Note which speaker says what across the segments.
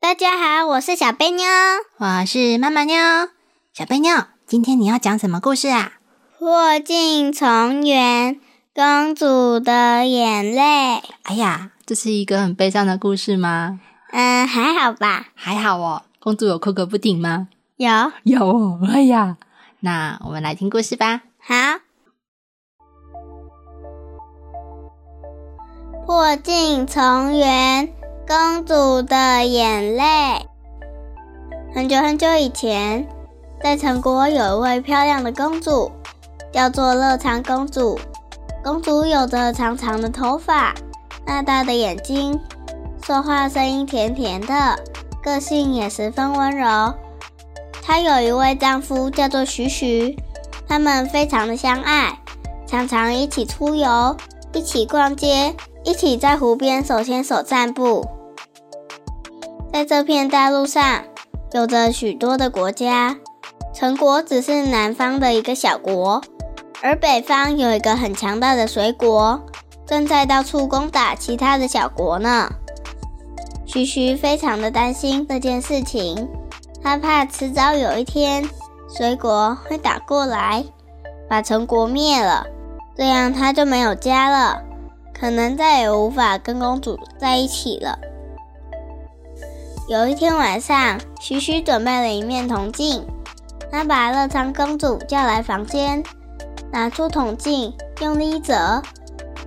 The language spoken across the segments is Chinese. Speaker 1: 大家好，我是小贝妞。
Speaker 2: 我是妈妈妞，小贝妞，今天你要讲什么故事啊？
Speaker 1: 破镜重圆，公主的眼泪。
Speaker 2: 哎呀，这是一个很悲伤的故事吗？
Speaker 1: 嗯，还好吧。
Speaker 2: 还好哦，公主有哭个不停吗？
Speaker 1: 有
Speaker 2: 有哦，哎呀，那我们来听故事吧。
Speaker 1: 好。破镜重圆，公主的眼泪。很久很久以前，在城国有一位漂亮的公主，叫做乐长公主。公主有着长长的头发，大大的眼睛，说话声音甜甜的，个性也十分温柔。她有一位丈夫叫做徐徐，他们非常的相爱，常常一起出游，一起逛街，一起在湖边手牵手散步。在这片大陆上，有着许多的国家，陈国只是南方的一个小国，而北方有一个很强大的水国，正在到处攻打其他的小国呢。徐徐非常的担心这件事情，他怕迟早有一天水国会打过来，把陈国灭了，这样他就没有家了，可能再也无法跟公主在一起了。有一天晚上，徐徐准备了一面铜镜，他把乐昌公主叫来房间，拿出铜镜，用力一折，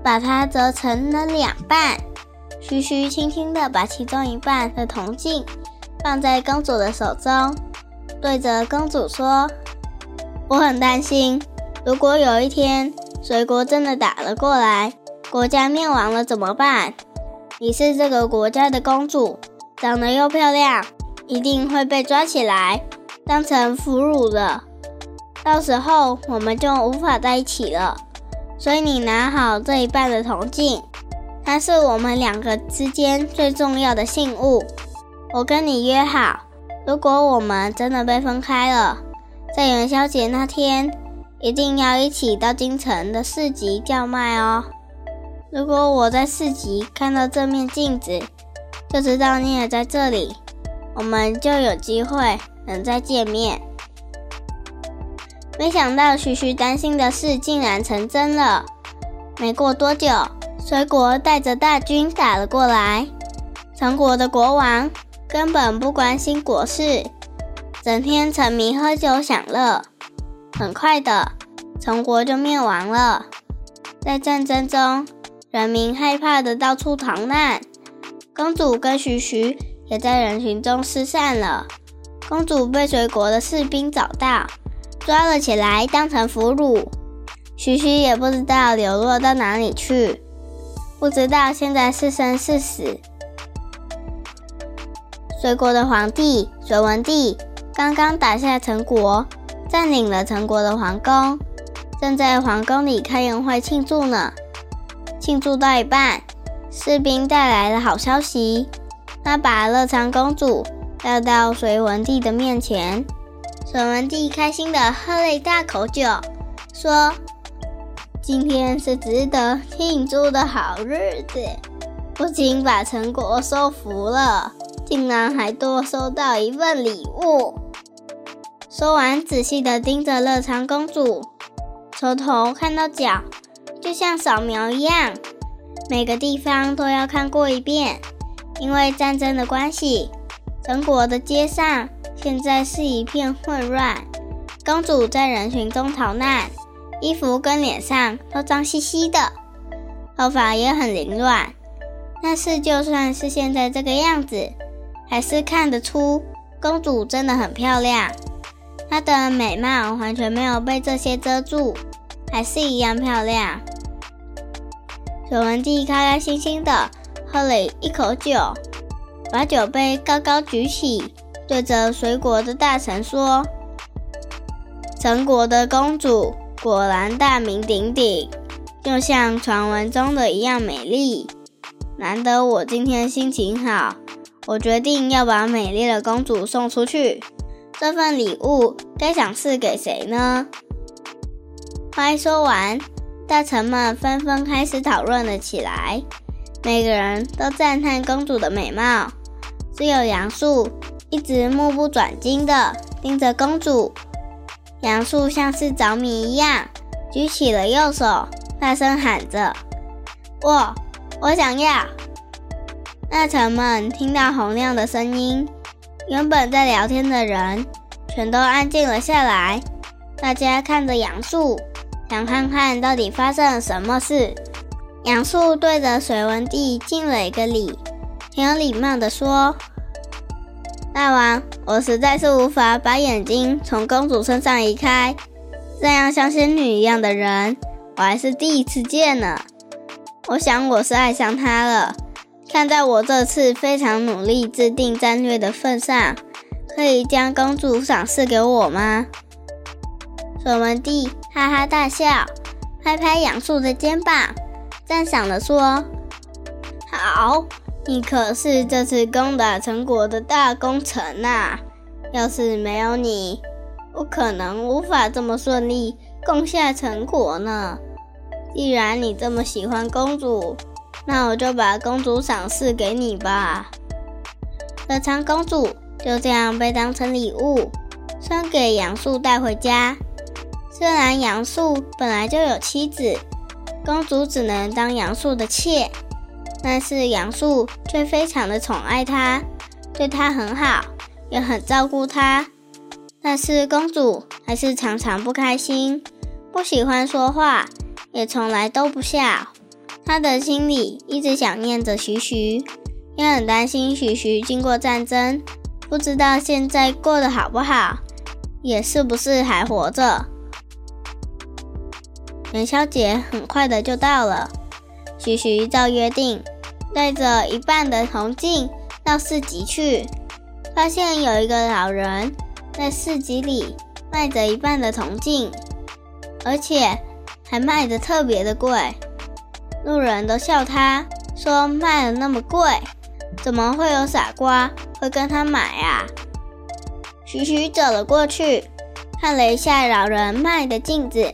Speaker 1: 把它折成了两半。徐徐轻轻地把其中一半的铜镜放在公主的手中，对着公主说：“我很担心，如果有一天水国真的打了过来，国家灭亡了怎么办？你是这个国家的公主，长得又漂亮，一定会被抓起来，当成俘虏的。到时候我们就无法在一起了。所以你拿好这一半的铜镜，它是我们两个之间最重要的信物。我跟你约好，如果我们真的被分开了，在元宵节那天，一定要一起到京城的市集叫卖哦。如果我在市集看到这面镜子，就知道你也在这里，我们就有机会能再见面。没想到徐徐担心的事竟然成真了。没过多久，隋国带着大军打了过来，陈国的国王根本不关心国事，整天沉迷喝酒享乐。很快的，陈国就灭亡了。在战争中，人民害怕的到处逃难，公主跟徐徐也在人群中失散了。公主被隋国的士兵找到，抓了起来当成俘虏。徐徐也不知道流落到哪里去，不知道现在是生是死。隋国的皇帝隋文帝刚刚打下陈国，占领了陈国的皇宫，正在皇宫里开宴会庆祝呢。庆祝到一半，士兵带来了好消息，他把乐昌公主带到隋文帝的面前。隋文帝开心的喝了一大口酒，说：“今天是值得庆祝的好日子，不仅把陈国收服了，竟然还多收到一份礼物。”说完，仔细的盯着乐昌公主，从头看到脚，就像扫描一样，每个地方都要看过一遍。因为战争的关系，陈国的街上现在是一片混乱，公主在人群中逃难，衣服跟脸上都脏兮兮的，头发也很凌乱。但是就算是现在这个样子，还是看得出公主真的很漂亮，她的美貌完全没有被这些遮住，还是一样漂亮。隋文帝开开心心的喝了一口酒，把酒杯高高举起，对着隋国的大臣说：“陈国的公主果然大名鼎鼎，就像传闻中的一样美丽。难得我今天心情好，我决定要把美丽的公主送出去。这份礼物该赏赐给谁呢？”话一说完，大臣们纷纷开始讨论了起来。每个人都赞叹公主的美貌，只有杨树一直目不转睛地盯着公主。杨树像是着迷一样，举起了右手，大声喊着：“我，我想要！”大臣们听到洪亮的声音，原本在聊天的人全都安静了下来。大家看着杨树，想看看到底发生了什么事。杨树对着隋文帝敬了一个礼，挺有礼貌的说：“大王，我实在是无法把眼睛从公主身上移开，这样像仙女一样的人，我还是第一次见呢。我想我是爱上她了。看在我这次非常努力制定战略的份上，可以将公主赏赐给我吗？”隋文帝哈哈大笑，拍拍杨树的肩膀，赞赏地说：“好，你可是这次攻打陈国的大功臣呐、要是没有你，我可能无法这么顺利攻下陈国呢。既然你这么喜欢公主，那我就把公主赏赐给你吧。”乐昌公主就这样被当成礼物送给杨树带回家。虽然杨素本来就有妻子，公主只能当杨素的妾，但是杨素却非常的宠爱她，对她很好，也很照顾她。但是公主还是常常不开心，不喜欢说话，也从来都不笑。她的心里一直想念着徐徐，也很担心徐徐经过战争，不知道现在过得好不好，也是不是还活着。元宵节很快的就到了，徐徐照约定，带着一半的铜镜到市集去，发现有一个老人在市集里卖着一半的铜镜，而且还卖的特别的贵，路人都笑他说卖的那么贵，怎么会有傻瓜会跟他买啊？徐徐走了过去，看了一下老人卖的镜子。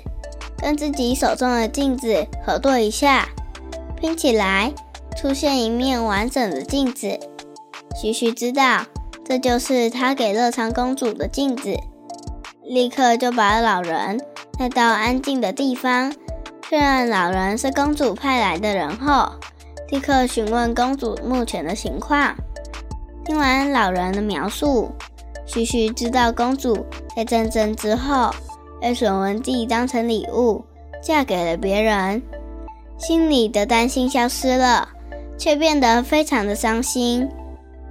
Speaker 1: 跟自己手中的镜子核对一下，拼起来出现一面完整的镜子。徐徐知道这就是他给乐昌公主的镜子，立刻就把老人带到安静的地方，确认老人是公主派来的人后，立刻询问公主目前的情况。听完老人的描述，徐徐知道公主在战争之后被隋文帝当成礼物嫁给了别人，心里的担心消失了，却变得非常的伤心。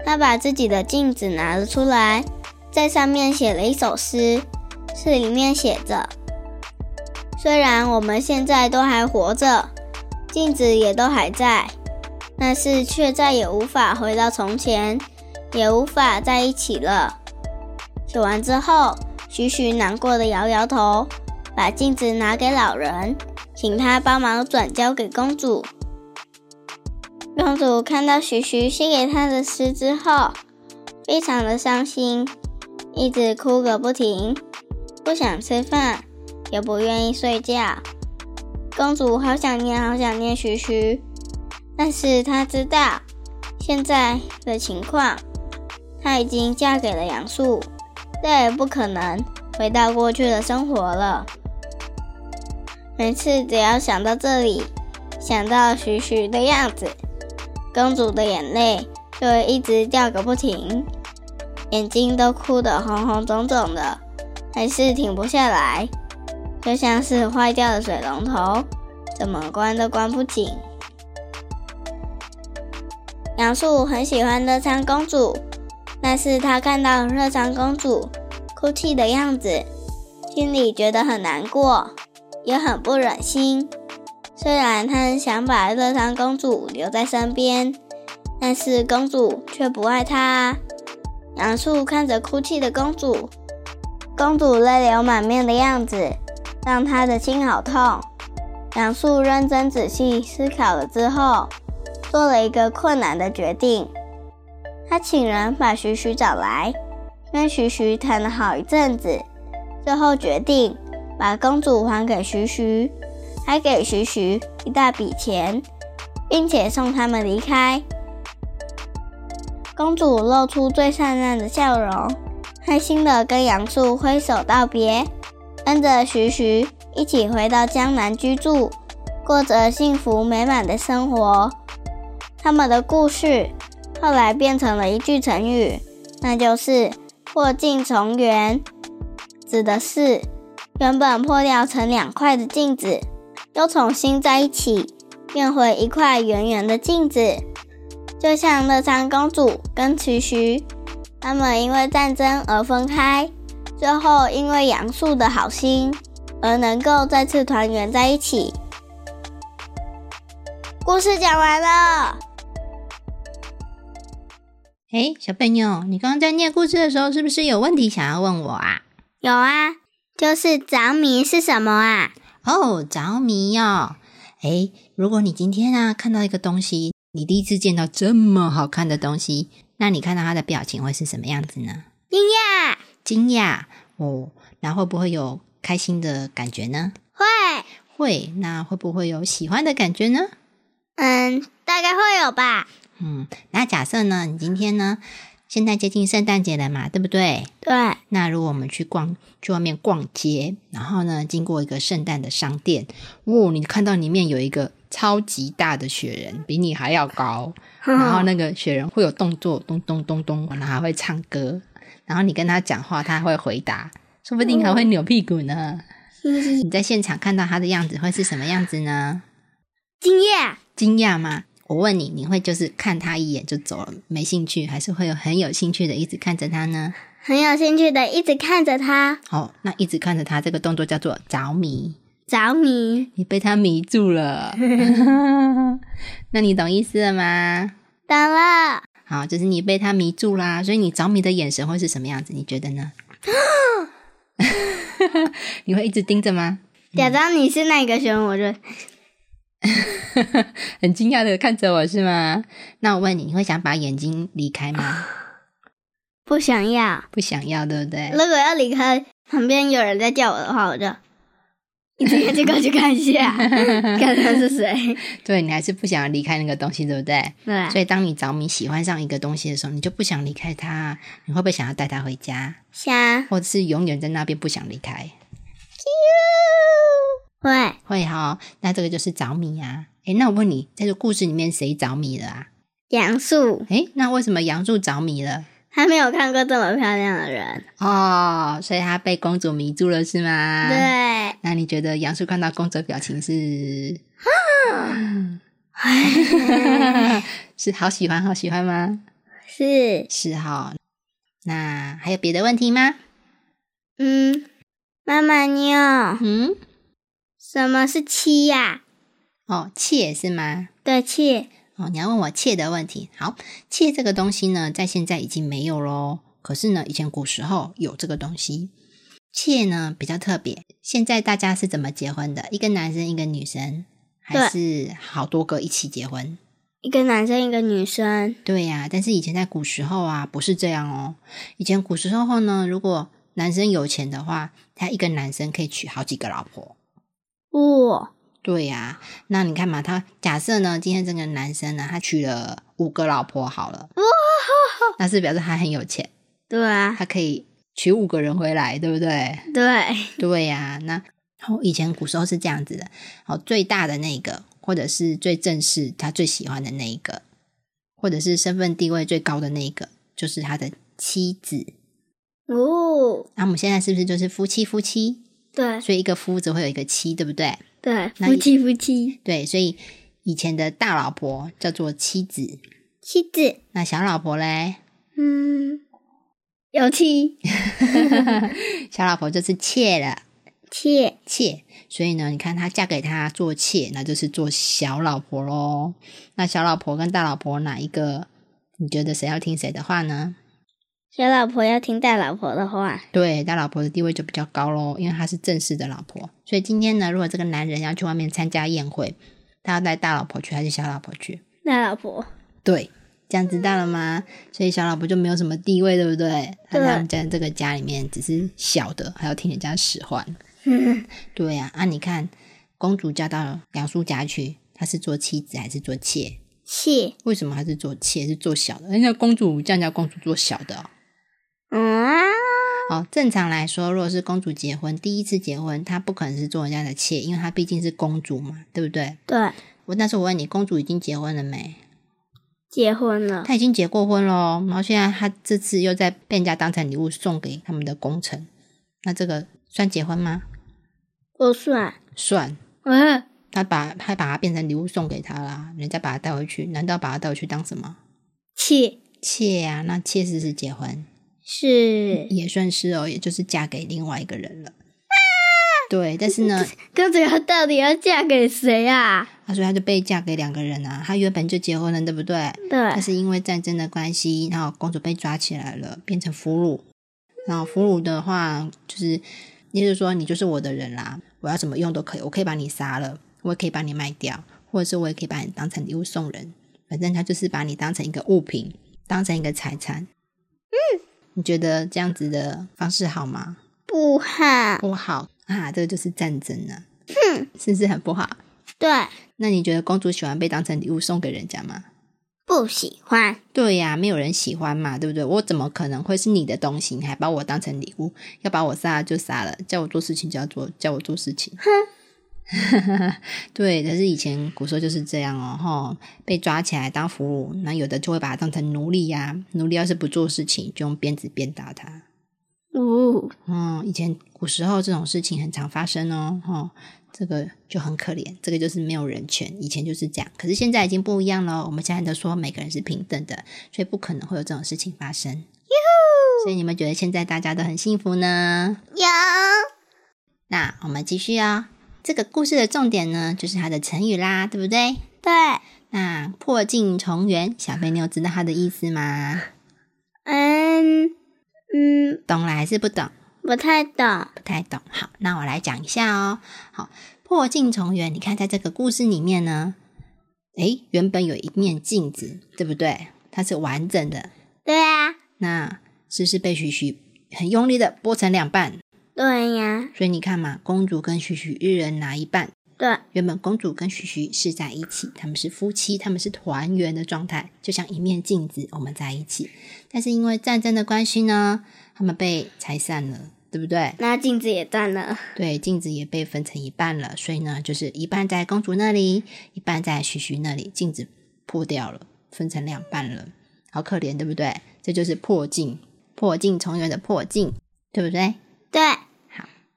Speaker 1: 他把自己的镜子拿了出来，在上面写了一首诗，诗里面写着：“虽然我们现在都还活着，镜子也都还在，但是却再也无法回到从前，也无法在一起了。”写完之后，徐徐难过的摇摇头，把镜子拿给老人，请他帮忙转交给公主。公主看到徐徐写给她的诗之后，非常的伤心，一直哭个不停，不想吃饭，也不愿意睡觉。公主好想念，好想念徐徐，但是她知道现在的情况，她已经嫁给了杨树。再也不可能回到过去的生活了。每次只要想到这里，想到徐徐的样子，公主的眼泪就会一直掉个不停，眼睛都哭得红红肿肿的，还是停不下来，就像是坏掉的水龙头，怎么关都关不紧。杨树很喜欢乐昌公主，但是他看到乐昌公主哭泣的样子，心里觉得很难过，也很不忍心。虽然他很想把乐昌公主留在身边，但是公主却不爱他啊。杨树看着哭泣的公主，公主泪流满面的样子，让他的心好痛。杨树认真仔细思考了之后，做了一个困难的决定。他请人把徐徐找来，跟徐徐谈了好一阵子，最后决定把公主还给徐徐，还给徐徐一大笔钱，并且送他们离开。公主露出最灿烂的笑容，开心的跟杨树挥手道别，跟着徐徐一起回到江南居住，过着幸福美满的生活。他们的故事后来变成了一句成语，那就是“破镜重圆”，指的是原本破掉成两块的镜子，又重新在一起，变回一块圆圆的镜子。就像乐昌公主跟徐徐，他们因为战争而分开，最后因为杨树的好心而能够再次团圆在一起。故事讲完了。
Speaker 2: 哎，小朋友，你刚刚在念故事的时候，是不是有问题想要问我啊？
Speaker 1: 有啊，就是着迷是什么啊？
Speaker 2: 哦，着迷哦。哎，如果你今天啊看到一个东西，你第一次见到这么好看的东西，那你看到他的表情会是什么样子呢？
Speaker 1: 惊讶
Speaker 2: 惊讶哦，那会不会有开心的感觉呢？
Speaker 1: 会，
Speaker 2: 会，那会不会有喜欢的感觉呢？
Speaker 1: 嗯，大概会有吧。
Speaker 2: 嗯，那假设呢，你今天呢，现在接近圣诞节了嘛，对不对？
Speaker 1: 对，
Speaker 2: 那如果我们去逛，去外面逛街，然后呢，经过一个圣诞的商店，哦，你看到里面有一个超级大的雪人，比你还要高，然后那 个雪人会有动作，咚咚咚咚，然后还会唱歌，然后你跟他讲话，他还会回答，说不定还会扭屁股呢。你在现场看到他的样子会是什么样子呢？
Speaker 1: 惊讶
Speaker 2: 惊讶吗？我问你，你会就是看他一眼就走了，没兴趣，还是会有很有兴趣的一直看着他呢？
Speaker 1: 很有兴趣的一直看着他，
Speaker 2: 好、那一直看着他这个动作叫做着迷，
Speaker 1: 着迷，
Speaker 2: 你被他迷住了。那你懂意思了吗？
Speaker 1: 懂了，
Speaker 2: 好，就是你被他迷住啦，所以你着迷的眼神会是什么样子？你觉得呢？ 你会一直盯着吗？
Speaker 1: 假装你是那个熊，我就
Speaker 2: 很惊讶的看着我是吗？那我问你，你会想把眼睛离开吗？
Speaker 1: 不想要。
Speaker 2: 不想要，对不对
Speaker 1: 如？果要离开，旁边有人在叫我的话，我就一只眼睛过去看一 下，看他是谁。
Speaker 2: 对你还是不想要离开那个东西，对不对？
Speaker 1: 对，
Speaker 2: 所以当你着迷喜欢上一个东西的时候，你就不想离开它，你会不会想要带它回家？
Speaker 1: 虾
Speaker 2: 或者是永远在那边不想离开，
Speaker 1: 会
Speaker 2: 会哈、那这个就是着迷啊。诶，那我问你，在这故事里面谁着迷了啊？
Speaker 1: 杨树
Speaker 2: 诶，那为什么杨树着迷了？
Speaker 1: 还没有看过这么漂亮的人，
Speaker 2: 哦，所以他被公主迷住了是吗？。
Speaker 1: 啊对，
Speaker 2: 那你觉得杨树看到公主的表情是 是好喜欢好喜欢吗？
Speaker 1: 是
Speaker 2: 是哈、那还有别的问题吗？
Speaker 1: 嗯，妈妈妞，
Speaker 2: 嗯，
Speaker 1: 什么是妻呀、
Speaker 2: 哦，妾是吗？
Speaker 1: 对，妾
Speaker 2: 哦，你要问我妾的问题。好，妾这个东西呢，在现在已经没有喽。可是呢，以前古时候有这个东西。妾呢比较特别，现在大家是怎么结婚的？一个男生，一个女生，还是好多个一起结婚？
Speaker 1: 一个男生一个女生，
Speaker 2: 对呀、但是以前在古时候啊，不是这样哦。以前古时候呢，如果男生有钱的话，他一个男生可以娶好几个老婆。
Speaker 1: 哦，
Speaker 2: 对呀、那你看嘛，他假设呢，今天这个男生呢，他娶了五个老婆好了，那是表示他很有钱，
Speaker 1: 对啊，
Speaker 2: 他可以娶五个人回来，对不对？
Speaker 1: 对，
Speaker 2: 对呀、那哦，以前古时候是这样子的，哦，最大的那个，或者是最正式他最喜欢的那一个，或者是身份地位最高的那一个，就是他的妻子。
Speaker 1: 哦，
Speaker 2: 那、我们现在是不是就是夫妻夫妻？
Speaker 1: 对
Speaker 2: 所以一个夫字会有一个妻，对不对？
Speaker 1: 对，
Speaker 2: 那
Speaker 1: 夫
Speaker 2: 一
Speaker 1: 妻夫妻，
Speaker 2: 对，所以以前的大老婆叫做妻子，
Speaker 1: 妻子，
Speaker 2: 那小老婆嘞？
Speaker 1: 嗯，有妻，
Speaker 2: 小老婆就是妾了。
Speaker 1: 妾，
Speaker 2: 妾，所以呢，你看她嫁给他做妾，那就是做小老婆喽。那小老婆跟大老婆哪一个，你觉得谁要听谁的话呢？
Speaker 1: 小老婆要听大老婆的话。
Speaker 2: 对，大老婆的地位就比较高喽，因为她是正式的老婆。所以今天呢，如果这个男人要去外面参加宴会，他要带大老婆去还是小老婆去？
Speaker 1: 大老婆，
Speaker 2: 对，这样知道了吗？所以小老婆就没有什么地位，对不对？她在他们家这个家里面只是小的，还要听人家使唤。
Speaker 1: 嗯，
Speaker 2: 对呀、啊，你看，公主嫁到杨叔家去，她是做妻子还是做妾？
Speaker 1: 妾，
Speaker 2: 为什么她是做妾？是做小的？人家公主这样叫公主做小的哦。
Speaker 1: 嗯啊，
Speaker 2: 哦，正常来说，如果是公主结婚，第一次结婚，她不可能是做人家的妾，因为她毕竟是公主嘛，对不对？
Speaker 1: 对，
Speaker 2: 我那时候我问你，公主已经结婚了没？
Speaker 1: 结婚了，
Speaker 2: 她已经结过婚喽，然后现在她这次又在被人家当成礼物送给他们的功臣，那这个算结婚吗？
Speaker 1: 不算。
Speaker 2: 算，
Speaker 1: 嗯，
Speaker 2: 他把他把它变成礼物送给他啦，人家把他带回去，难道把他带回去当什么
Speaker 1: 妾
Speaker 2: 妾啊？那妾是不是结婚，
Speaker 1: 是
Speaker 2: 也算是哦，也就是嫁给另外一个人了。对，但是呢，
Speaker 1: 公主要到底要嫁给谁啊？
Speaker 2: 他说他就被嫁给两个人啊，他原本就结婚了，对不对？但
Speaker 1: 对，
Speaker 2: 是因为战争的关系，然后公主被抓起来了，变成俘虏。然后俘虏的话，就是也就是说，你就是我的人啦，我要怎么用都可以，我可以把你杀了，我也可以把你卖掉，或者是我也可以把你当成礼物送人，反正他就是把你当成一个物品，当成一个财产。嗯，你觉得这样子的方式好吗？
Speaker 1: 不好，
Speaker 2: 不好啊，这个就是战争啊，哼，是不是很不好？
Speaker 1: 对，
Speaker 2: 那你觉得公主喜欢被当成礼物送给人家吗？
Speaker 1: 不喜欢，
Speaker 2: 对呀、没有人喜欢嘛，对不对？我怎么可能会是你的东西？你还把我当成礼物，要把我杀了就杀了，叫我做事情就要做，叫我做事情。 对，但是以前古时候就是这样哦，吼，被抓起来当俘虏，那有的就会把他当成奴隶呀、奴隶要是不做事情，就用鞭子鞭打他。
Speaker 1: 呜、
Speaker 2: 嗯，以前古时候这种事情很常发生哦，哈、这个就很可怜，这个就是没有人权，以前就是这样，可是现在已经不一样了，我们现在都说每个人是平等的，所以不可能会有这种事情发生。所以你们觉得现在大家都很幸福呢？
Speaker 1: 有
Speaker 2: 那我们继续哦。这个故事的重点呢，就是它的成语啦，对不对？
Speaker 1: 对，
Speaker 2: 那破镜重圆，小贝妞知道它的意思吗？
Speaker 1: 嗯嗯，
Speaker 2: 懂了还是不懂？
Speaker 1: 不太懂，
Speaker 2: 不太懂。好，那我来讲一下哦。好，破镜重圆，你看在这个故事里面呢，诶，原本有一面镜子，对不对？它是完整的，
Speaker 1: 对啊，
Speaker 2: 那是不是被徐徐很用力的剥成两半？
Speaker 1: 对呀、
Speaker 2: 所以你看嘛，公主跟徐徐一人拿一半。
Speaker 1: 对，
Speaker 2: 原本公主跟徐徐是在一起，他们是夫妻，他们是团圆的状态，就像一面镜子，我们在一起。但是因为战争的关系呢，他们被拆散了，对不对？
Speaker 1: 那镜子也断了，
Speaker 2: 对，镜子也被分成一半了，所以呢，就是一半在公主那里，一半在徐徐那里，镜子破掉了，分成两半了，好可怜，对不对？这就是破镜，破镜重圆的破镜，对不对？
Speaker 1: 对，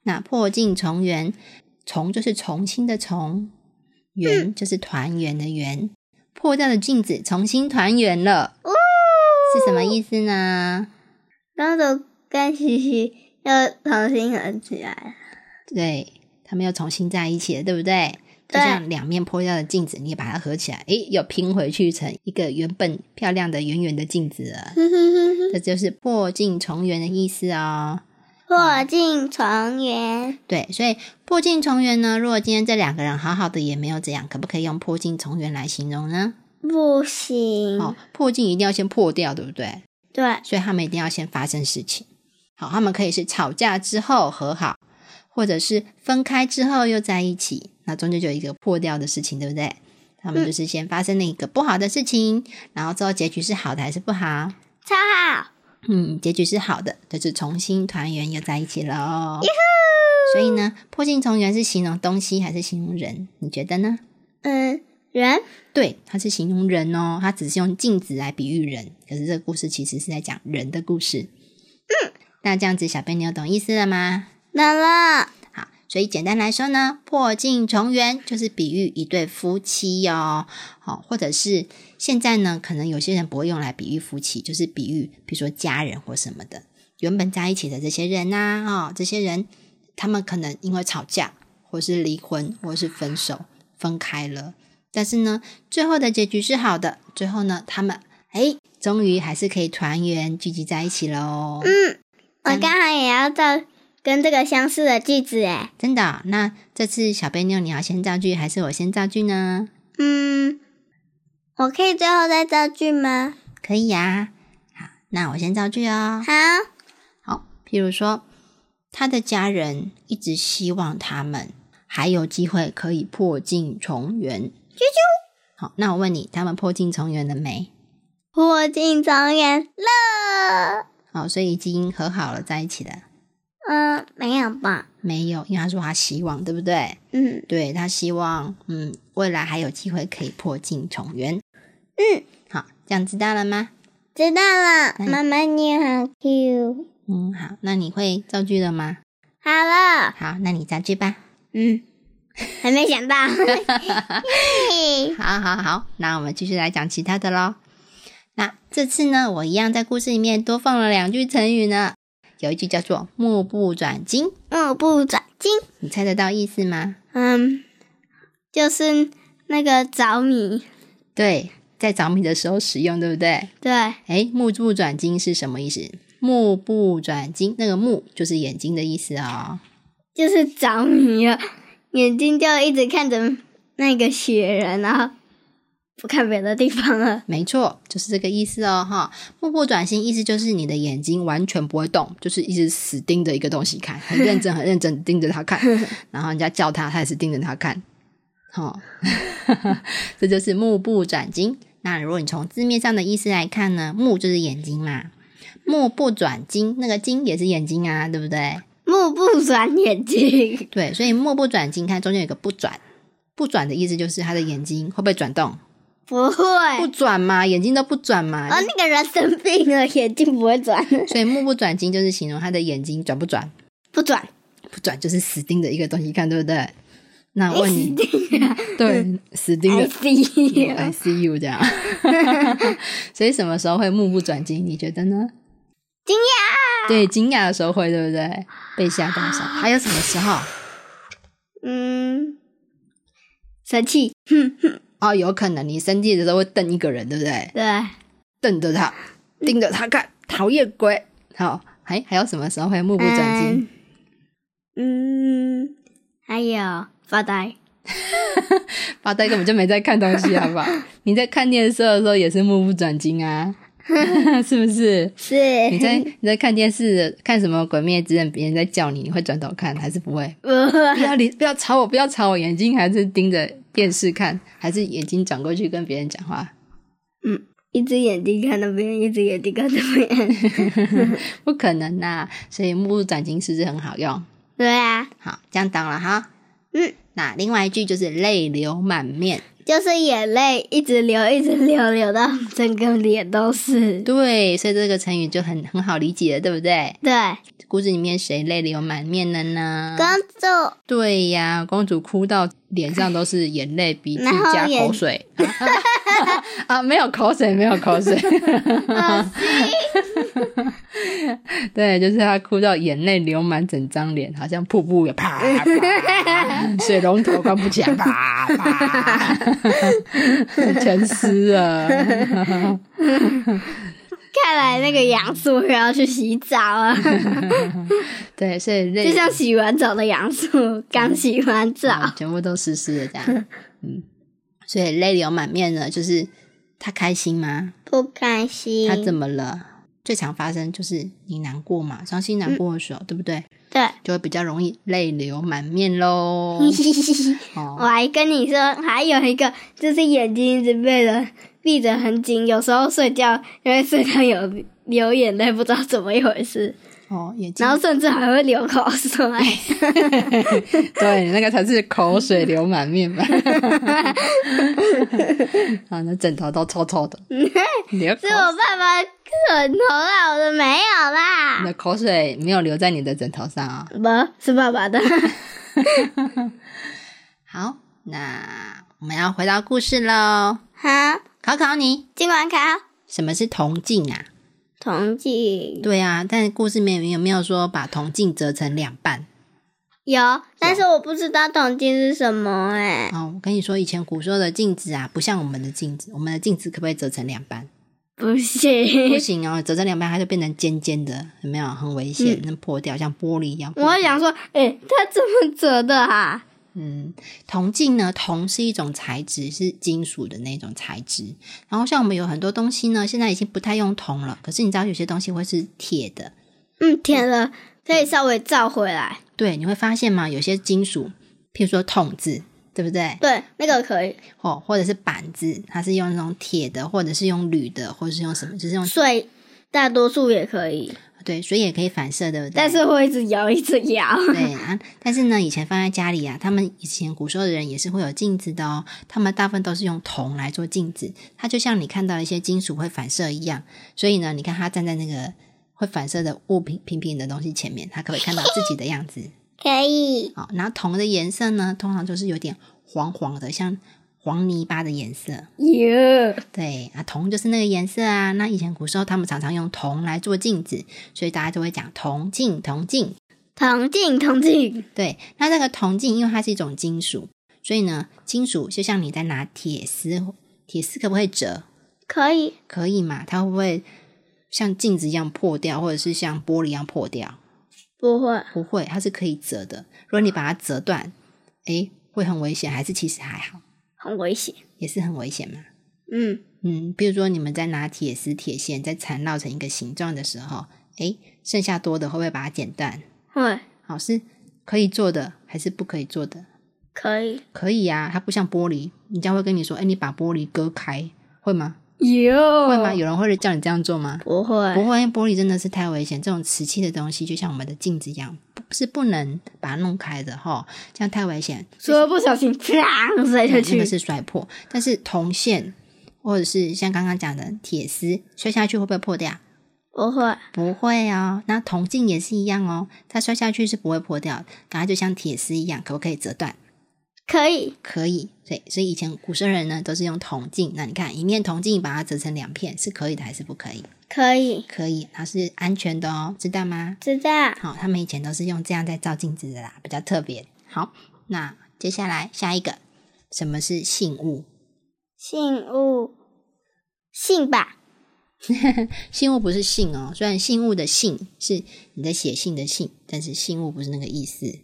Speaker 2: 那破镜重圆，重就是重新的重，圆就是团圆的圆，破掉的镜子重新团圆了，
Speaker 1: 呜、
Speaker 2: 是什么意思呢？
Speaker 1: 公主跟西西又重新合起来了。
Speaker 2: 对，他们又重新在一起了，对不对？就
Speaker 1: 对
Speaker 2: 像两面破掉的镜子，你也把它合起来，诶，又拼回去成一个原本漂亮的圆圆的镜子了。这就是破镜重圆的意思哦。
Speaker 1: 破镜重圆，
Speaker 2: 对，所以破镜重圆呢，如果今天这两个人好好的也没有这样，可不可以用破镜重圆来形容呢？
Speaker 1: 不行，
Speaker 2: 哦，破镜一定要先破掉，对不对？
Speaker 1: 对，
Speaker 2: 所以他们一定要先发生事情。好，他们可以是吵架之后和好，或者是分开之后又在一起，那中间就有一个破掉的事情，对不对？他们就是先发生了一个不好的事情，然后之后结局是好的还是不好？
Speaker 1: 超好，
Speaker 2: 嗯，结局是好的，就是重新团圆又在一起了哦。所以呢，破镜重圆是形容东西还是形容人？你觉得呢？
Speaker 1: 嗯，圆，
Speaker 2: 对，它是形容人哦，它只是用镜子来比喻人，可是这个故事其实是在讲人的故事。嗯，那这样子，小贝，你有懂意思了吗？
Speaker 1: 懂了，
Speaker 2: 好，所以简单来说呢，破镜重圆就是比喻一对夫妻哦，好、或者是现在呢，可能有些人不会用来比喻夫妻，就是比喻比如说家人或什么的，原本在一起的这些人呐、哦，这些人他们可能因为吵架，或是离婚，或是分手，分开了。但是呢，最后的结局是好的。最后呢，他们哎，终于还是可以团圆聚集在一起哦喽。
Speaker 1: 嗯，我
Speaker 2: 真
Speaker 1: 刚好也要造跟这个相似的句子哎。
Speaker 2: 真的哦、那这次小贝妞你要先造句，还是我先造句呢？
Speaker 1: 嗯，我可以最后再造句吗？
Speaker 2: 可以呀、好，那我先造句哦。
Speaker 1: 好，
Speaker 2: 好，譬如说，他的家人一直希望他们还有机会可以破镜重圆。啾啾。好，那我问你，他们破镜重圆了没？
Speaker 1: 破镜重圆了。
Speaker 2: 好，所以已经和好了，在一起了。
Speaker 1: 嗯，没有吧？
Speaker 2: 没有，因为他说他希望，对不对？
Speaker 1: 嗯
Speaker 2: 对他希望，嗯，未来还有机会可以破镜重圆。
Speaker 1: 嗯，
Speaker 2: 好，这样知道了吗？
Speaker 1: 知道了。
Speaker 2: 嗯
Speaker 1: 妈妈你好 Q。
Speaker 2: 嗯，好，那你会造句了吗？
Speaker 1: 好了，
Speaker 2: 好，那你造句吧。
Speaker 1: 嗯， 还没想 到。嘿
Speaker 2: 好好好，那我们继续来讲其他的喽。那这次呢，我一样在故事里面多放了两句成语呢。有一句叫做“目不转睛
Speaker 1: 目不转睛。”，
Speaker 2: 你猜得到意思吗？
Speaker 1: 嗯，就是那个着迷。
Speaker 2: 对，在着迷的时候使用，对不对？
Speaker 1: 对，
Speaker 2: 诶，目不转睛是什么意思？目不转睛，那个目就是眼睛的意思哦。
Speaker 1: 就是着迷了，眼睛就一直看着那个雪人，然后不看别的地方了。
Speaker 2: 没错，就是这个意思哦，哈。目不转睛，意思就是你的眼睛完全不会动，就是一直死盯着一个东西看，很认真、很认真地盯着它看。然后人家叫他，他也是盯着他看。好、哦， 这就是目不转睛。那如果你从字面上的意思来看呢，目就是眼睛嘛，目不转睛，那个睛也是眼睛啊，对不对？
Speaker 1: 目不转眼睛，
Speaker 2: 对，所以目不转睛，看中间有一个不转，不转的意思就是他的眼睛会不会转动？
Speaker 1: 不会。
Speaker 2: 不转嘛，眼睛都不转嘛，
Speaker 1: 哦，那个人生病了，眼睛不会转，
Speaker 2: 所以目不转睛就是形容他的眼睛转不转，
Speaker 1: 不转。
Speaker 2: 不转就是死盯着一个东西看，对不对？那我问哦你，对，哎死盯着哎
Speaker 1: I see
Speaker 2: I see you 这样， 所以什么时候会目不转睛？你觉得呢？
Speaker 1: 惊
Speaker 2: 讶，对，惊讶的时候会，对不对？被吓到的时候，还有什么时候？
Speaker 1: 嗯，生气，
Speaker 2: 哦，有可能你生气的时候会瞪一个人，对不对？
Speaker 1: 对，
Speaker 2: 瞪着他，盯着他看，讨厌鬼。好，还还有什么时候会目不转睛？
Speaker 1: 嗯。嗯，还有发呆，
Speaker 2: 发呆根本就没在看东西，好不好？你在看电视的时候也是目不转睛啊， 是不是？
Speaker 1: 是
Speaker 2: 你在你在看电视看什么《鬼灭之刃》，别人在叫你，你会转头看还是不会？
Speaker 1: 不会
Speaker 2: 不要理，不要吵我，不要吵我，眼睛还是盯着电视看，还是眼睛转过去跟别人讲话？
Speaker 1: 一只眼睛看那边，一只眼睛看这 边。
Speaker 2: 不可能呐、所以目不转睛是不是很好用？
Speaker 1: 对啊，
Speaker 2: 好，这样懂了哈。
Speaker 1: 嗯，
Speaker 2: 那另外一句就是泪流满面。
Speaker 1: 就是眼泪一直流，一直流，流到整个脸都是。
Speaker 2: 对，所以这个成语就很很好理解了，对不对？
Speaker 1: 对，
Speaker 2: 故事里面谁泪流满面了呢？
Speaker 1: 公 主，
Speaker 2: 对呀，公主哭到脸上都是眼泪、鼻涕
Speaker 1: 然后
Speaker 2: 加
Speaker 1: 眼
Speaker 2: 口水 啊，没有口水，没有口水。 对，就是她哭到眼泪流满整张脸，好像瀑布也啪啪，水龙头关不起来，啪啪， 全湿了。
Speaker 1: 看来那个杨素又要去洗澡了，
Speaker 2: 对，所以泪啊
Speaker 1: 就像洗完澡的杨素刚洗完
Speaker 2: 嗯
Speaker 1: 澡。
Speaker 2: 全部都湿湿的这样。嗯，所以泪流满面呢，就是她开心吗？
Speaker 1: 不开心
Speaker 2: 他怎么了？最常发生就是你难过嘛，伤
Speaker 1: 嗯
Speaker 2: 心难过的时候，对不对？
Speaker 1: 对，
Speaker 2: 就会比较容易泪流满面喽。
Speaker 1: 我
Speaker 2: 哦，
Speaker 1: 还跟你说，还有一个就是眼睛一直被人闭着很紧，有时候睡觉因为睡到有流眼泪，不知道怎么一回事，
Speaker 2: 哦，眼睛
Speaker 1: 然，后甚至还会流口水。
Speaker 2: 对，那个才是口水流满面 吧。啊，那枕头都臭臭的，流 口
Speaker 1: 是我爸爸枕头啦，我的没有
Speaker 2: 你
Speaker 1: 啦，
Speaker 2: 的口水没有留在你的枕头上啊、
Speaker 1: 不是爸爸的。
Speaker 2: 好，那我们要回到故事喽。
Speaker 1: 好，
Speaker 2: 考考你，
Speaker 1: 尽管考
Speaker 2: 什么是铜镜啊？
Speaker 1: 同济
Speaker 2: 对啊，但故事里面有没有说把铜镜折成两半？
Speaker 1: 有，但是我不知道铜镜是什么哎、
Speaker 2: 哦，我跟你说，以前古时候的镜子啊，不像我们的镜子，我们的镜子可不可以折成两半？
Speaker 1: 不
Speaker 2: 不
Speaker 1: 行。
Speaker 2: 行哦，折成两半它就变成尖尖的，有没有？很危险，能破掉，像玻璃一样。
Speaker 1: 我想说，哎、它怎么折的啊？
Speaker 2: 嗯，铜镜呢，铜是一种材质，是金属的那种材质。然后像我们有很多东西呢，现在已经不太用铜了，可是你知道有些东西会是铁的，
Speaker 1: 嗯，舔了可以稍微照回来。
Speaker 2: 对，你会发现嘛，有些金属，譬如说筒子，对不对？
Speaker 1: 对，那个可以
Speaker 2: 哦，或者是板子，它是用那种铁的，或者是用铝的，或者是用什么，就是用
Speaker 1: 睡，大多数也可以，
Speaker 2: 对，所以也可以反射，对不对？
Speaker 1: 但是会一直摇，一直摇。
Speaker 2: 对啊，但是呢，以前放在家里啊，他们以前古时候的人也是会有镜子的哦。他们大部分都是用铜来做镜子，它就像你看到一些金属会反射一样。所以呢，你看他站在那个会反射的物品平平的东西前面，他可不可以看到自己的样子？
Speaker 1: 可以，
Speaker 2: 哦，然后铜的颜色呢，通常就是有点黄黄的，像黄泥巴的颜色。
Speaker 1: 耶、
Speaker 2: 对啊，铜就是那个颜色啊。那以前古时候他们常常用铜来做镜子，所以大家就会讲铜镜，铜镜。
Speaker 1: 铜镜，铜镜，
Speaker 2: 对，那这个铜镜，因为它是一种金属，所以呢，金属就像你在拿铁丝，铁丝可不可以折？
Speaker 1: 可以，
Speaker 2: 可以嘛？它会不会像镜子一样破掉，或者是像玻璃一样破掉？
Speaker 1: 不会，
Speaker 2: 不会，它是可以折的。如果你把它折断，诶，会很危险，还是其实还好，
Speaker 1: 很危险。
Speaker 2: 也是很危险嘛。
Speaker 1: 嗯，
Speaker 2: 嗯，比如说你们在拿铁丝、铁线在缠绕成一个形状的时候，诶，剩下多的会不会把它剪断？
Speaker 1: 会，
Speaker 2: 好，是可以做的，还是不可以做的？
Speaker 1: 可以。
Speaker 2: 可以呀、它不像玻璃，人家会跟你说，哎、你把玻璃割开，会吗？
Speaker 1: 有
Speaker 2: 会吗？有人会叫你这样做吗？
Speaker 1: 不
Speaker 2: 不
Speaker 1: 会，
Speaker 2: 会，因为玻璃真的是太危险。这种瓷器的东西，就像我们的镜子一样，不是不能把它弄开的哈，这样太危险，
Speaker 1: 说不小心啪摔下
Speaker 2: 嗯那
Speaker 1: 去
Speaker 2: 个，是摔破。但是铜线或者是像刚刚讲的铁丝，摔下去会不会破掉？
Speaker 1: 不会，
Speaker 2: 不会哦。那铜镜也是一样哦，它摔下去是不会破掉，感觉就像铁丝一样，可不可以折断？
Speaker 1: 可以，
Speaker 2: 可以，所以所以以前古生人呢都是用铜镜。那你看一面铜镜把它折成两片是可以的还是不可以？
Speaker 1: 可以，
Speaker 2: 可以，它是安全的哦，知道吗？
Speaker 1: 知道。
Speaker 2: 好、他们以前都是用这样在照镜子的啦，比较特别。好，那接下来下一个，什么是信物？
Speaker 1: 信物，信吧，
Speaker 2: 信物不是信哦，虽然信物的信是你在写信的信，但是信物不是那个意思。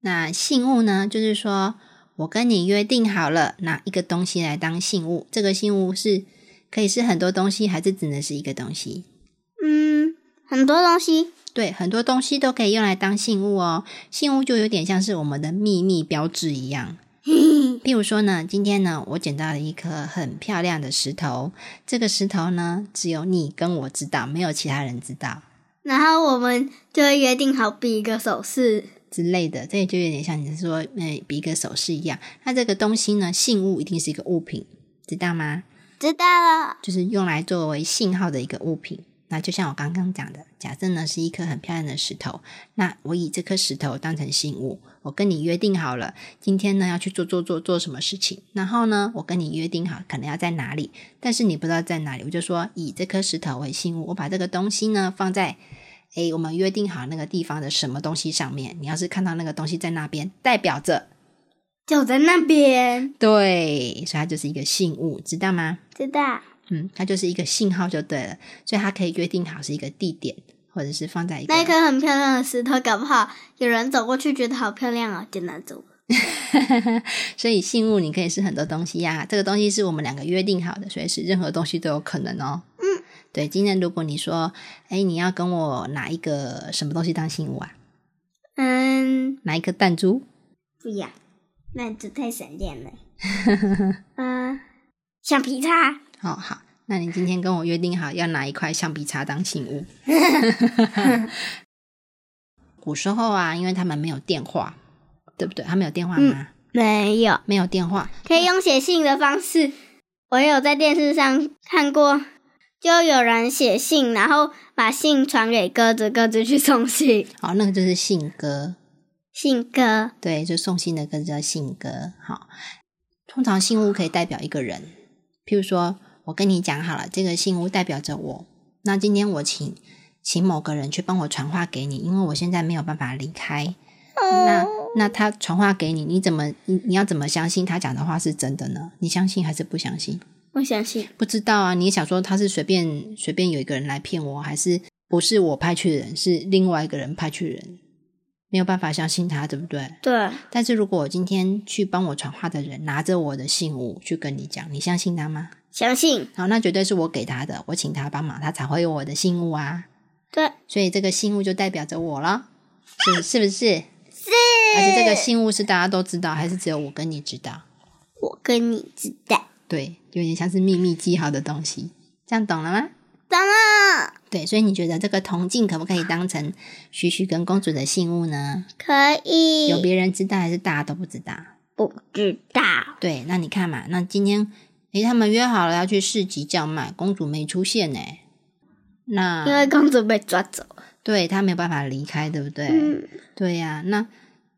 Speaker 2: 那信物呢，就是说我跟你约定好了，拿一个东西来当信物。这个信物是可以是很多东西，还是只能是一个东西？
Speaker 1: 嗯，很多东西，
Speaker 2: 对，很多东西都可以用来当信物哦。信物就有点像是我们的秘密标志一样。 譬如说呢，今天呢，我捡到了一颗很漂亮的石头，这个石头呢，只有你跟我知道，没有其他人知道。
Speaker 1: 然后我们就会约定好比一个手势，
Speaker 2: 之类的，这也就有点像你是说，嗯，比一个手势一样。那这个东西呢，信物一定是一个物品，知道吗？
Speaker 1: 知道了，
Speaker 2: 就是用来作为信号的一个物品。那就像我刚刚讲的，假设呢是一颗很漂亮的石头，那我以这颗石头当成信物，我跟你约定好了，今天呢要去做做做做什么事情，然后呢我跟你约定好可能要在哪里，但是你不知道在哪里，我就说以这颗石头为信物，我把这个东西呢放在。诶，我们约定好那个地方的什么东西上面，你要是看到那个东西在那边，代表着
Speaker 1: 就在那边，
Speaker 2: 对，所以它就是一个信物，知道吗？
Speaker 1: 知道，
Speaker 2: 嗯，它就是一个信号就对了，所以它可以约定好是一个地点，或者是放在一个
Speaker 1: 那一颗很漂亮的石头，搞不好有人走过去觉得好漂亮哦，就拿走了。
Speaker 2: 所以信物你可以是很多东西呀、这个东西是我们两个约定好的，所以是任何东西都有可能哦。嗯，对，今天如果你说，哎，你要跟我拿一个什么东西当信物啊？
Speaker 1: 嗯，
Speaker 2: 拿一颗弹珠？
Speaker 1: 不要，那这太闪电 了。嗯，橡皮擦，
Speaker 2: 哦，好，那你今天跟我约定好要拿一块橡皮擦当信物。 古时候啊，因为他们没有电话，对不对？他们有电话
Speaker 1: 嗯
Speaker 2: 吗？
Speaker 1: 没有，
Speaker 2: 没有电话，
Speaker 1: 可以用写信的方式。我有在电视上看过，就有人写信，然后把信传给鸽子，鸽子去送信。
Speaker 2: 哦，那个就是信鸽，
Speaker 1: 信鸽，
Speaker 2: 对，就送信的歌叫信鸽。好，通常信物可以代表一个人，譬如说，我跟你讲好了，这个信物代表着我。那今天我请请某个人去帮我传话给你，因为我现在没有办法离开。那那他传话给你，你怎么你你要怎么相信他讲的话是真的呢？你相信还是不相信？
Speaker 1: 我相信，
Speaker 2: 不知道啊，你想说他是随便随便有一个人来骗我，还是不是我派去的人，是另外一个人派去的人？没有办法相信他，对不对？
Speaker 1: 对，
Speaker 2: 但是如果我今天去帮我传话的人拿着我的信物去跟你讲，你相信他吗？
Speaker 1: 相信，
Speaker 2: 好，那绝对是我给他的，我请他帮忙，他才会有我的信物啊。
Speaker 1: 对，
Speaker 2: 所以这个信物就代表着我了，是是不是？是。而且这个信物是大家都知道，还是只有我跟你知道？
Speaker 1: 我跟你知道，
Speaker 2: 对，有点像是秘密记号的东西，这样懂了吗？
Speaker 1: 当然
Speaker 2: 对，所以你觉得这个铜镜可不可以当成徐徐跟公主的信物呢？
Speaker 1: 可
Speaker 2: 有
Speaker 1: 以，
Speaker 2: 别人知道还是大家都不知道？
Speaker 1: 不知道，
Speaker 2: 对，那你看嘛，那今天诶，他们约好了要去市集叫卖，公主没出现呢。
Speaker 1: 因
Speaker 2: 那
Speaker 1: 为公主被抓走，
Speaker 2: 对她没有办法离开，对不对？
Speaker 1: 嗯，
Speaker 2: 对呀、那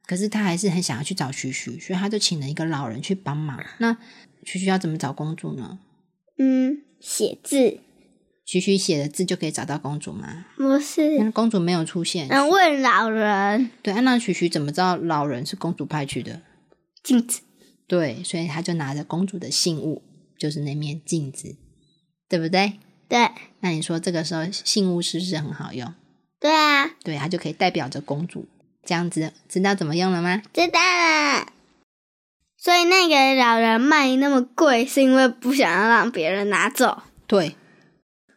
Speaker 2: 可是她还是很想要去找徐徐，所以她就请了一个老人去帮忙。那徐徐要怎么找公主呢？
Speaker 1: 嗯，写字
Speaker 2: 徐徐写的字就可以找到公主吗？
Speaker 1: 不是，
Speaker 2: 那公主没有出现，
Speaker 1: 能问老人
Speaker 2: 对，啊那徐徐怎么知道老人是公主派去的？
Speaker 1: 镜子，
Speaker 2: 对，所以他就拿着公主的信物，就是那面镜子，对不对？
Speaker 1: 对，
Speaker 2: 那你说这个时候信物是不是很好用？
Speaker 1: 对啊，
Speaker 2: 对，它就可以代表着公主，这样子知道怎么用了吗？
Speaker 1: 知道了。所以那个老人卖那么贵，是因为不想要让别人拿走。
Speaker 2: 对。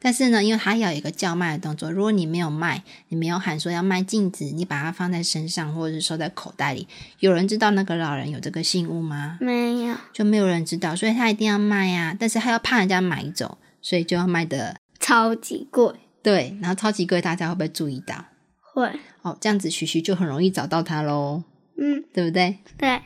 Speaker 2: 但是呢，因为它要有一个叫卖的动作，如果你没有卖，你没有喊说要卖镜子，你把它放在身上或者是收在口袋里，有人知道那个老人有这个信物吗？
Speaker 1: 没有，
Speaker 2: 就没有人知道，所以他一定要卖呀、但是他又怕人家买走，所以就要卖的
Speaker 1: 超级贵，
Speaker 2: 对，然后超级贵，大家会不会注意到？
Speaker 1: 会，
Speaker 2: 哦，这样子徐徐就很容易找到他喽，
Speaker 1: 嗯，
Speaker 2: 对不对？
Speaker 1: 对，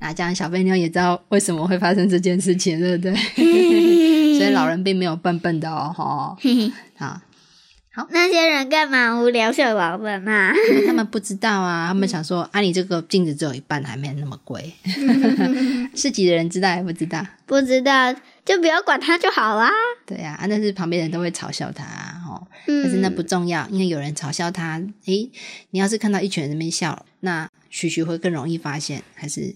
Speaker 2: 那这样小笨妞也知道为什么会发生这件事情，对不对？
Speaker 1: 嗯
Speaker 2: 所以老人并没有笨笨的哦，哈、
Speaker 1: 嘿嘿，
Speaker 2: 好，
Speaker 1: 那些人干嘛无聊小老人啊？
Speaker 2: 因为他们不知道啊，他们想说，啊，你这个镜子只有一半，还没那么贵，市集的人知道还不知道？
Speaker 1: 不知道就不要管他就好啦。
Speaker 2: 对呀、啊，但是旁边人都会嘲笑他、啊，哦，
Speaker 1: 嗯，
Speaker 2: 但是那不重要，因为有人嘲笑他，诶，你要是看到一群人在那边笑，那徐徐会更容易发现，还是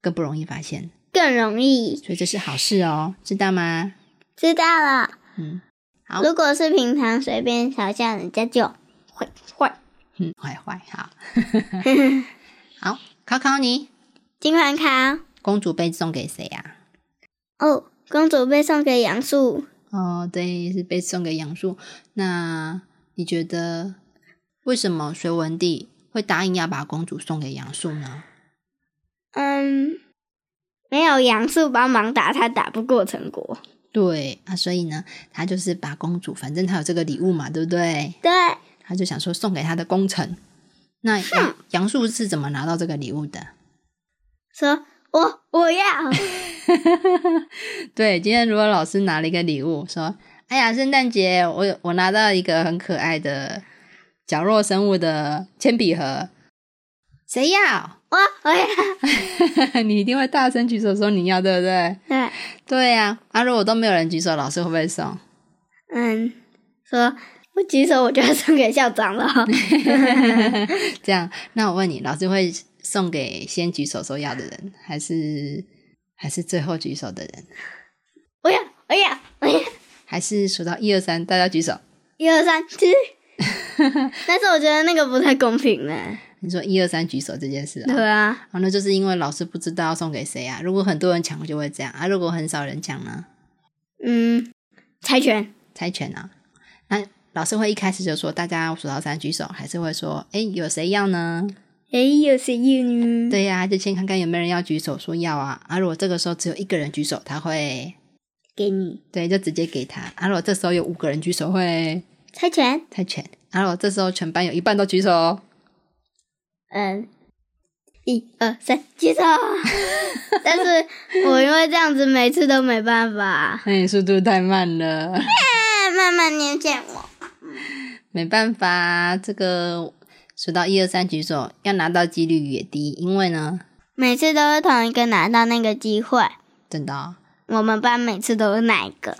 Speaker 2: 更不容易发现？
Speaker 1: 更容易
Speaker 2: 所以这是好事哦，知道吗？
Speaker 1: 知道了。
Speaker 2: 嗯，好
Speaker 1: 如果是平常随便嘲笑人家就会会。
Speaker 2: 嗯，坏坏 好，好，考考你，
Speaker 1: 金环卡
Speaker 2: 公主被送给谁啊呀、
Speaker 1: 哦，公主被送给杨树，
Speaker 2: 哦，对，是被送给杨树。那你觉得为什么隋文帝会答应要把公主送给杨树呢？
Speaker 1: 嗯，没有杨树帮忙打，他打不过陈国。
Speaker 2: 对啊，所以呢，他就是把公主，反正他有这个礼物嘛，对不对？
Speaker 1: 对，
Speaker 2: 他就想说送给他的功臣。那杨杨树是怎么拿到这个礼物的？
Speaker 1: 说我我要，
Speaker 2: 对，今天如果老师拿了一个礼物，说：“哎呀，圣诞节我有我拿到一个很可爱的角落生物的铅笔盒，谁要
Speaker 1: 我我要，？”
Speaker 2: 你一定会大声举手说你要，对不对？
Speaker 1: 对，
Speaker 2: 对呀、啊，如果都没有人举手，老师会不会送？
Speaker 1: 嗯，说不举手我就要送给校长了。
Speaker 2: 这样，那我问你，老师会送给先举手说要的人，还是还是最后举手的人？
Speaker 1: 我要我要我要，
Speaker 2: 还是数到一二三，大家举手？
Speaker 1: 一二三吃。但是我觉得那个不太公平呢。
Speaker 2: 你说一二三举手这件事、啊，
Speaker 1: 对啊，
Speaker 2: 然后那就是因为老师不知道要送给谁啊。如果很多人抢就会这样啊，如果很少人抢呢，
Speaker 1: 嗯，猜拳，
Speaker 2: 猜拳啊。那老师会一开始就说大家数到三举手，还是会说哎有谁要呢？
Speaker 1: 诶，有谁有呢？
Speaker 2: 对呀、就先看看有没有人要举手说要啊。啊，如果这个时候只有一个人举手，他会
Speaker 1: 给你
Speaker 2: 对就直接给他。啊，如果这时候有五个人举手会
Speaker 1: 猜拳，
Speaker 2: 猜拳。啊，如果这时候全班有一半都举手哦，
Speaker 1: 嗯，一二三，举手。 但是我因为这样子每次都没办法，
Speaker 2: 那、你速度太慢了。
Speaker 1: 哎慢慢念见我。
Speaker 2: 没办法，这个数到一二三举手要拿到几率也低，因为呢，
Speaker 1: 每次都是同一个拿到那个机会，
Speaker 2: 真的哦、
Speaker 1: 我们班每次都是那一个。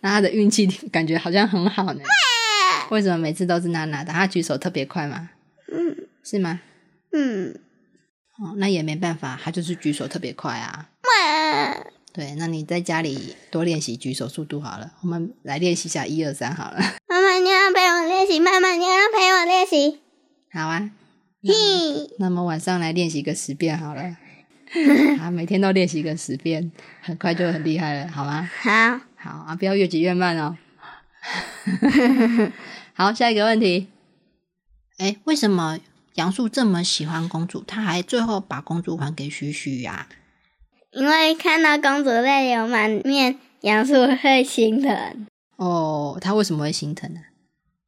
Speaker 2: 那他的运气感觉好像很好呢。为什么每次都是他拿的？他举手特别快吗？
Speaker 1: 嗯
Speaker 2: 是吗？
Speaker 1: 嗯，
Speaker 2: 哦，那也没办法，他就是举手特别快啊。
Speaker 1: 哇，
Speaker 2: 对，那你在家里多练习举手速度好了，我们来练习一下一二三好了。
Speaker 1: 妈妈你啊要陪我练习，妈妈你要啊陪我练习，
Speaker 2: 好啊，
Speaker 1: 嘿，
Speaker 2: 那么晚上来练习个十遍好了。啊，每天都练习个十遍，很快就很厉害了，好吗？
Speaker 1: 好，
Speaker 2: 好啊，不要越急越慢哦。 好，下一个问题。哎，为什么杨树这么喜欢公主？她还最后把公主还给啊徐徐呀、
Speaker 1: 因为看到公主泪流满面，杨树会心疼，
Speaker 2: 哦，她为什么会心疼呢、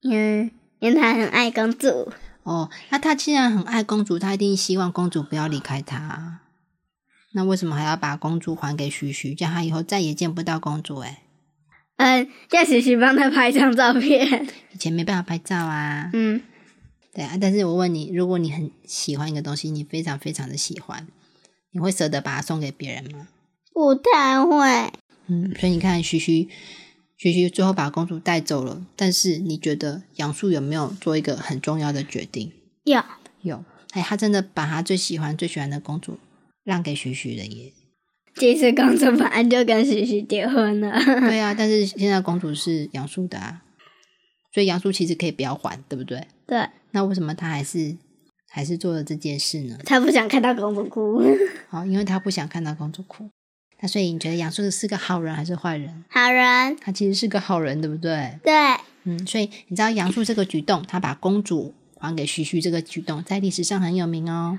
Speaker 1: 因为因为他很爱公主，
Speaker 2: 哦，那她既然很爱公主，她一定希望公主不要离开她啊。那为什么还要把公主还给徐徐？这样她以后再也见不到公主、哎，
Speaker 1: 嗯，叫喜喜帮他拍一张照片，
Speaker 2: 以前没办法拍照啊。
Speaker 1: 嗯
Speaker 2: 对啊，但是我问你，如果你很喜欢一个东西，你非常非常的喜欢，你会舍得把它送给别人吗？
Speaker 1: 不太会，
Speaker 2: 嗯，所以你看，徐徐，徐徐最后把公主带走了，但是你觉得杨树有没有做一个很重要的决定？
Speaker 1: 有，
Speaker 2: 有，哎，他真的把他最喜欢、最喜欢的公主让给徐徐了耶。
Speaker 1: 其实公主本来就跟喜喜结婚 了，
Speaker 2: 对啊，但是现在公主是杨树的啊，所以杨树其实可以不要还，对不对？
Speaker 1: 对
Speaker 2: 那为什么他还是还是做了这件事呢？
Speaker 1: 他不想看到公主哭，
Speaker 2: 哦，因为他不想看到公主哭。那所以你觉得杨树是个好人还是坏 人？
Speaker 1: 好人，
Speaker 2: 他其实是个好人，对不对？
Speaker 1: 对。
Speaker 2: 嗯，所以你知道杨树这个举动，他把公主还给徐徐这个举动，在历史上很有名哦。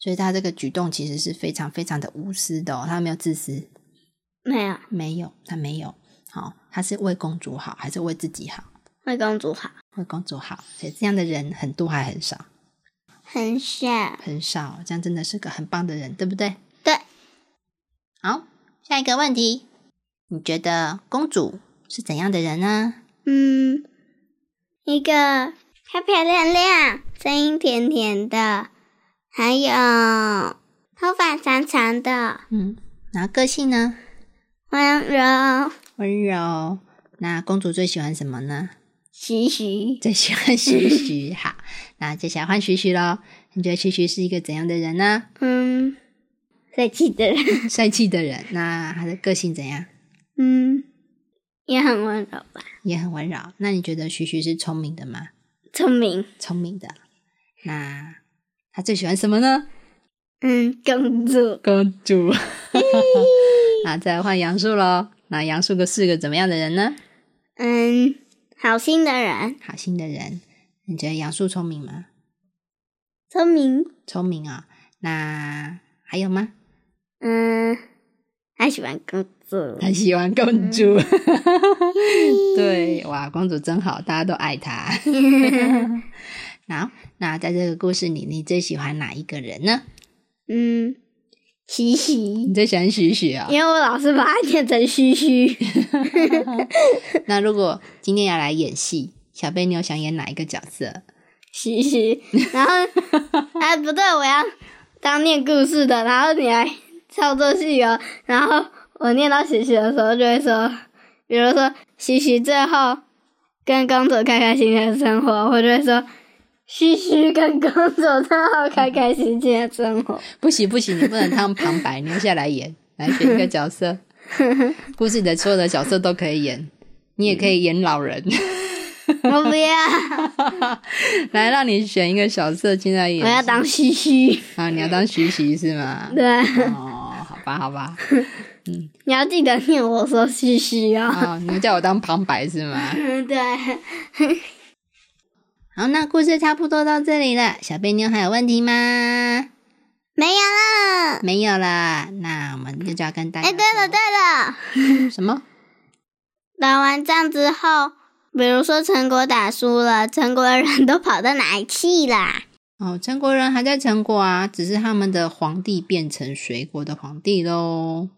Speaker 2: 所以他这个举动其实是非常非常的无私的哦，他没有自私，
Speaker 1: 没有，
Speaker 2: 没有，他没有。好、他是为公主好，还是为自己好？
Speaker 1: 为公主好，
Speaker 2: 为公主好，所以这样的人很多还很少，
Speaker 1: 很傻。
Speaker 2: 很少。哦这样真的是个很棒的人，对不对？
Speaker 1: 对，
Speaker 2: 好，下一个问题，你觉得公主是怎样的人呢？
Speaker 1: 嗯，一个漂漂亮亮，声音甜甜的，还有头发长长的，
Speaker 2: 嗯，然后个性呢？
Speaker 1: 温柔，
Speaker 2: 温柔。那公主最喜欢什么呢？
Speaker 1: 徐徐，
Speaker 2: 最喜欢徐徐。 好，那接下来换徐徐喽。你觉得徐徐是一个怎样的人呢？
Speaker 1: 嗯，帅气的人，
Speaker 2: 帅气的人。那他的个性怎样？
Speaker 1: 嗯，也很温柔吧，
Speaker 2: 也很温柔。那你觉得徐徐是聪明的吗？
Speaker 1: 聪明，
Speaker 2: 聪明的。那他最喜欢什么呢？
Speaker 1: 嗯，公主，
Speaker 2: 公主。 那再来换杨树喽。那杨树个是个怎么样的人呢？
Speaker 1: 嗯，好心的人，
Speaker 2: 好心的人。你觉得杨树聪明吗？
Speaker 1: 聪明，
Speaker 2: 聪明啊、那还有吗？
Speaker 1: 嗯，还喜欢公主，
Speaker 2: 他喜欢公主。嗯 对，哇，公主真好，大家都爱 她。好，那在这个故事里，你最喜欢哪一个人呢？
Speaker 1: 嗯，喜喜
Speaker 2: 你。最喜欢许许啊、
Speaker 1: 因为我老是把它念成嘘嘘。
Speaker 2: 那如果今天要来演戏，小贝，你有想演哪一个角色？
Speaker 1: 嘘嘘， 然后哎不对，我要当念故事的，然后你来操作戏哦。然后我念到嘘嘘的时候，就会说，比如说嘘嘘最后跟公主开开心心的生活，我就会说。嘘嘘，跟公主最后开开心心的生活。
Speaker 2: 不行不行，你不能当旁白，你要下来演，来选一个角 色。故事里的所有的角色都可以演，你也可以演老人。
Speaker 1: 我不要，
Speaker 2: 来，让你选一个角色进来演
Speaker 1: 我
Speaker 2: 戏。
Speaker 1: 要当嘘嘘。
Speaker 2: 啊，你要当徐徐是吗？
Speaker 1: 对，
Speaker 2: 哦，好吧，好吧，
Speaker 1: 你要记得念我说嘘嘘哦。
Speaker 2: 啊、你们叫我当旁白是吗？
Speaker 1: 嗯，对，
Speaker 2: 好，那故事差不多到这里了。小贝妞还有问题吗？
Speaker 1: 没有了。
Speaker 2: 没有啦，那我们就要跟大家
Speaker 1: 哎，
Speaker 2: 说
Speaker 1: 对了对了，
Speaker 2: 什么？
Speaker 1: 打完仗之后，比如说陈国打输了，陈国人都跑到哪里去啦？
Speaker 2: 哦，陈国人还在陈国啊，只是他们的皇帝变成水果的皇帝喽，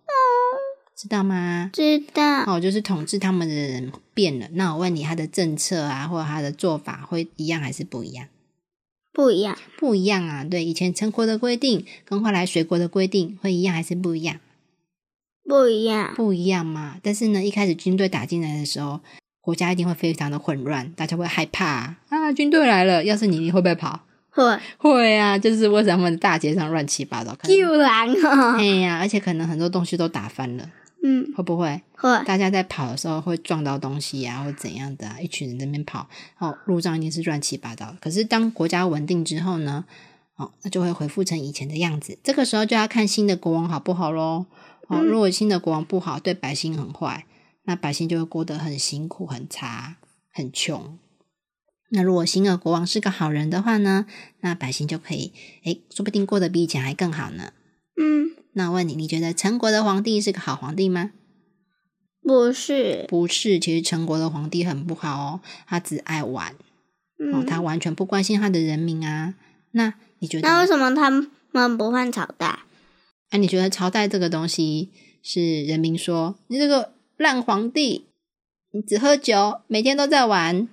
Speaker 2: 知道吗？
Speaker 1: 知道，
Speaker 2: 哦，就是统治他们的人变了。那我问你，他的政策啊，或者他的做法会一样还是不一样？
Speaker 1: 不一样，
Speaker 2: 不一样啊，对，以前陈国的规定跟后来水国的规定会一样还是不一样？
Speaker 1: 不一样，
Speaker 2: 不一样嘛。但是呢，一开始军队打进来的时候，国家一定会非常的混乱，大家会害怕啊，啊军队来了，要是你，你会不会跑？
Speaker 1: 会
Speaker 2: 会啊，就是为什么大街上乱七八糟？可能
Speaker 1: 救狼
Speaker 2: 哎
Speaker 1: 哦，
Speaker 2: 呀，而且可能很多东西都打翻了，
Speaker 1: 嗯，
Speaker 2: 会不会？
Speaker 1: 会，
Speaker 2: 大家在跑的时候会撞到东西呀、或怎样的、啊，一群人在那边跑，哦，路上一定是乱七八糟的。可是当国家稳定之后呢，哦，那就会恢复成以前的样子。这个时候就要看新的国王好不好咯。哦，如果新的国王不好，对百姓很坏，那百姓就会过得很辛苦、很差、很穷。那如果新的国王是个好人的话呢，那百姓就可以，诶，说不定过得比以前还更好呢。
Speaker 1: 嗯，
Speaker 2: 那我问你，你觉得陈国的皇帝是个好皇帝吗？
Speaker 1: 不是，
Speaker 2: 不是，其实陈国的皇帝很不好哦，他只爱玩，哦，
Speaker 1: 嗯，
Speaker 2: 他完全不关心他的人民啊。那你觉得？
Speaker 1: 那为
Speaker 2: 那、
Speaker 1: 什么他们不换朝代？
Speaker 2: 啊、你觉得朝代这个东西是人民说你这个烂皇帝，你只喝酒，每天都在玩，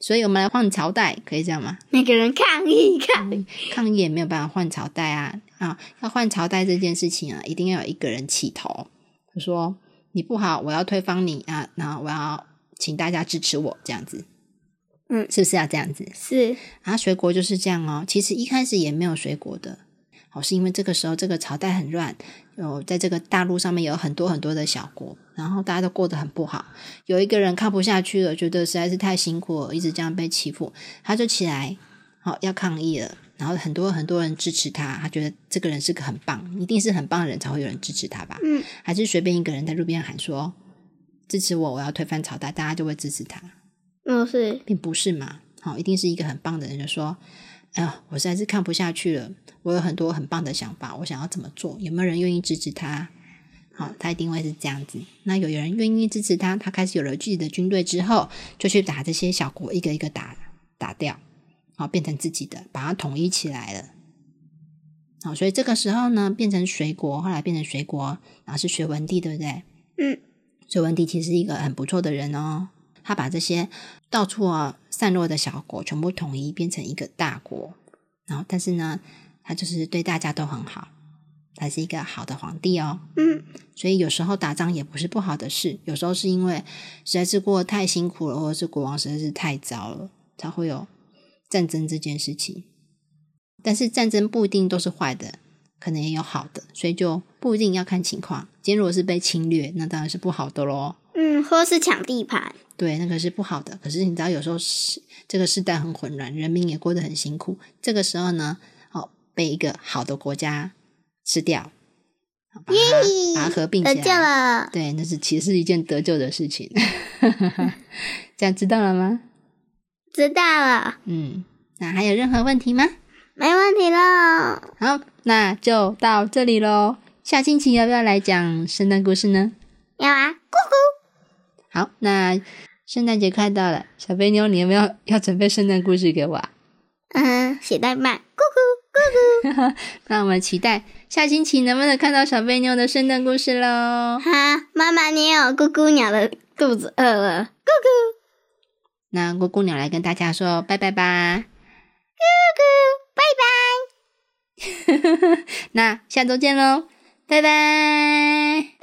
Speaker 2: 所以我们来换朝代，可以这样吗？
Speaker 1: 每个人抗议抗
Speaker 2: 嗯
Speaker 1: 议，
Speaker 2: 抗议也没有办法换朝代啊啊！要换朝代这件事情啊，一定要有一个人起头，就说你不好，我要推翻你啊，然后我要请大家支持我这样子，
Speaker 1: 嗯
Speaker 2: 是不是要这样子？
Speaker 1: 是，
Speaker 2: 啊，水果就是这样哦。其实一开始也没有水果的，哦，是因为这个时候这个朝代很乱，有在这个大陆上面有很多很多的小国，然后大家都过得很不好。有一个人看不下去了，觉得实在是太辛苦了，一直这样被欺负，他就起来，好、要抗议了。然后很多很多人支持他，他觉得这个人是个很棒，一定是很棒的人才会有人支持他吧？
Speaker 1: 嗯，
Speaker 2: 还是随便一个人在路边喊说支持我，我要推翻朝代，大家就会支持他。
Speaker 1: 不是，
Speaker 2: 并不是嘛，好、一定是一个很棒的人就说，哎呀，我实在是看不下去了，我有很多很棒的想法，我想要怎么做，有没有人愿意支持他？好、他一定会是这样子。那有人愿意支持他，他开始有了自己的军队之后，就去打这些小国，一个一个打打掉，好、变成自己的，把它统一起来了。好、所以这个时候呢，变成水国，后来变成水国，然后是隋文帝，对不对？
Speaker 1: 嗯，
Speaker 2: 隋文帝其实是一个很不错的人哦，他把这些到处啊散落的小国全部统一，变成一个大国。然后，但是呢，他就是对大家都很好，他是一个好的皇帝哦。
Speaker 1: 嗯，
Speaker 2: 所以有时候打仗也不是不好的事，有时候是因为实在是过得太辛苦了，或者是国王实在是太糟了，才会有战争这件事情。但是战争不一定都是坏的，可能也有好的，所以就不一定要看情况。今天如果是被侵略，那当然是不好的喽。
Speaker 1: 嗯，或是抢地盘，
Speaker 2: 对，那个是不好的。可是你知道，有时候是这个世代很混乱，人民也过得很辛苦。这个时候呢，哦，被一个好的国家吃掉，好把它把它合并
Speaker 1: 得
Speaker 2: 起
Speaker 1: 救
Speaker 2: 来。
Speaker 1: 了，
Speaker 2: 对，那是其实是一件得救的事情。 这样知道了吗？
Speaker 1: 知道了，
Speaker 2: 嗯，那还有任何问题吗？
Speaker 1: 没问题了。
Speaker 2: 好，那就到这里喽。下星期要不要来讲圣诞故事呢？
Speaker 1: 有啊，
Speaker 2: 好，那圣诞节快到了，小肥妞，你有没有要准备圣诞故事给我啊？
Speaker 1: 嗯，写代办，咕
Speaker 2: 那我们期待下星期能不能看到小贝妞的圣诞故事喽
Speaker 1: 咕。哈，妈妈，你也有咕咕鸟的肚子呃饿了，
Speaker 2: 那姑姑鸟来跟大家说拜拜吧。
Speaker 1: 拜拜。
Speaker 2: 那下周见喽，拜拜。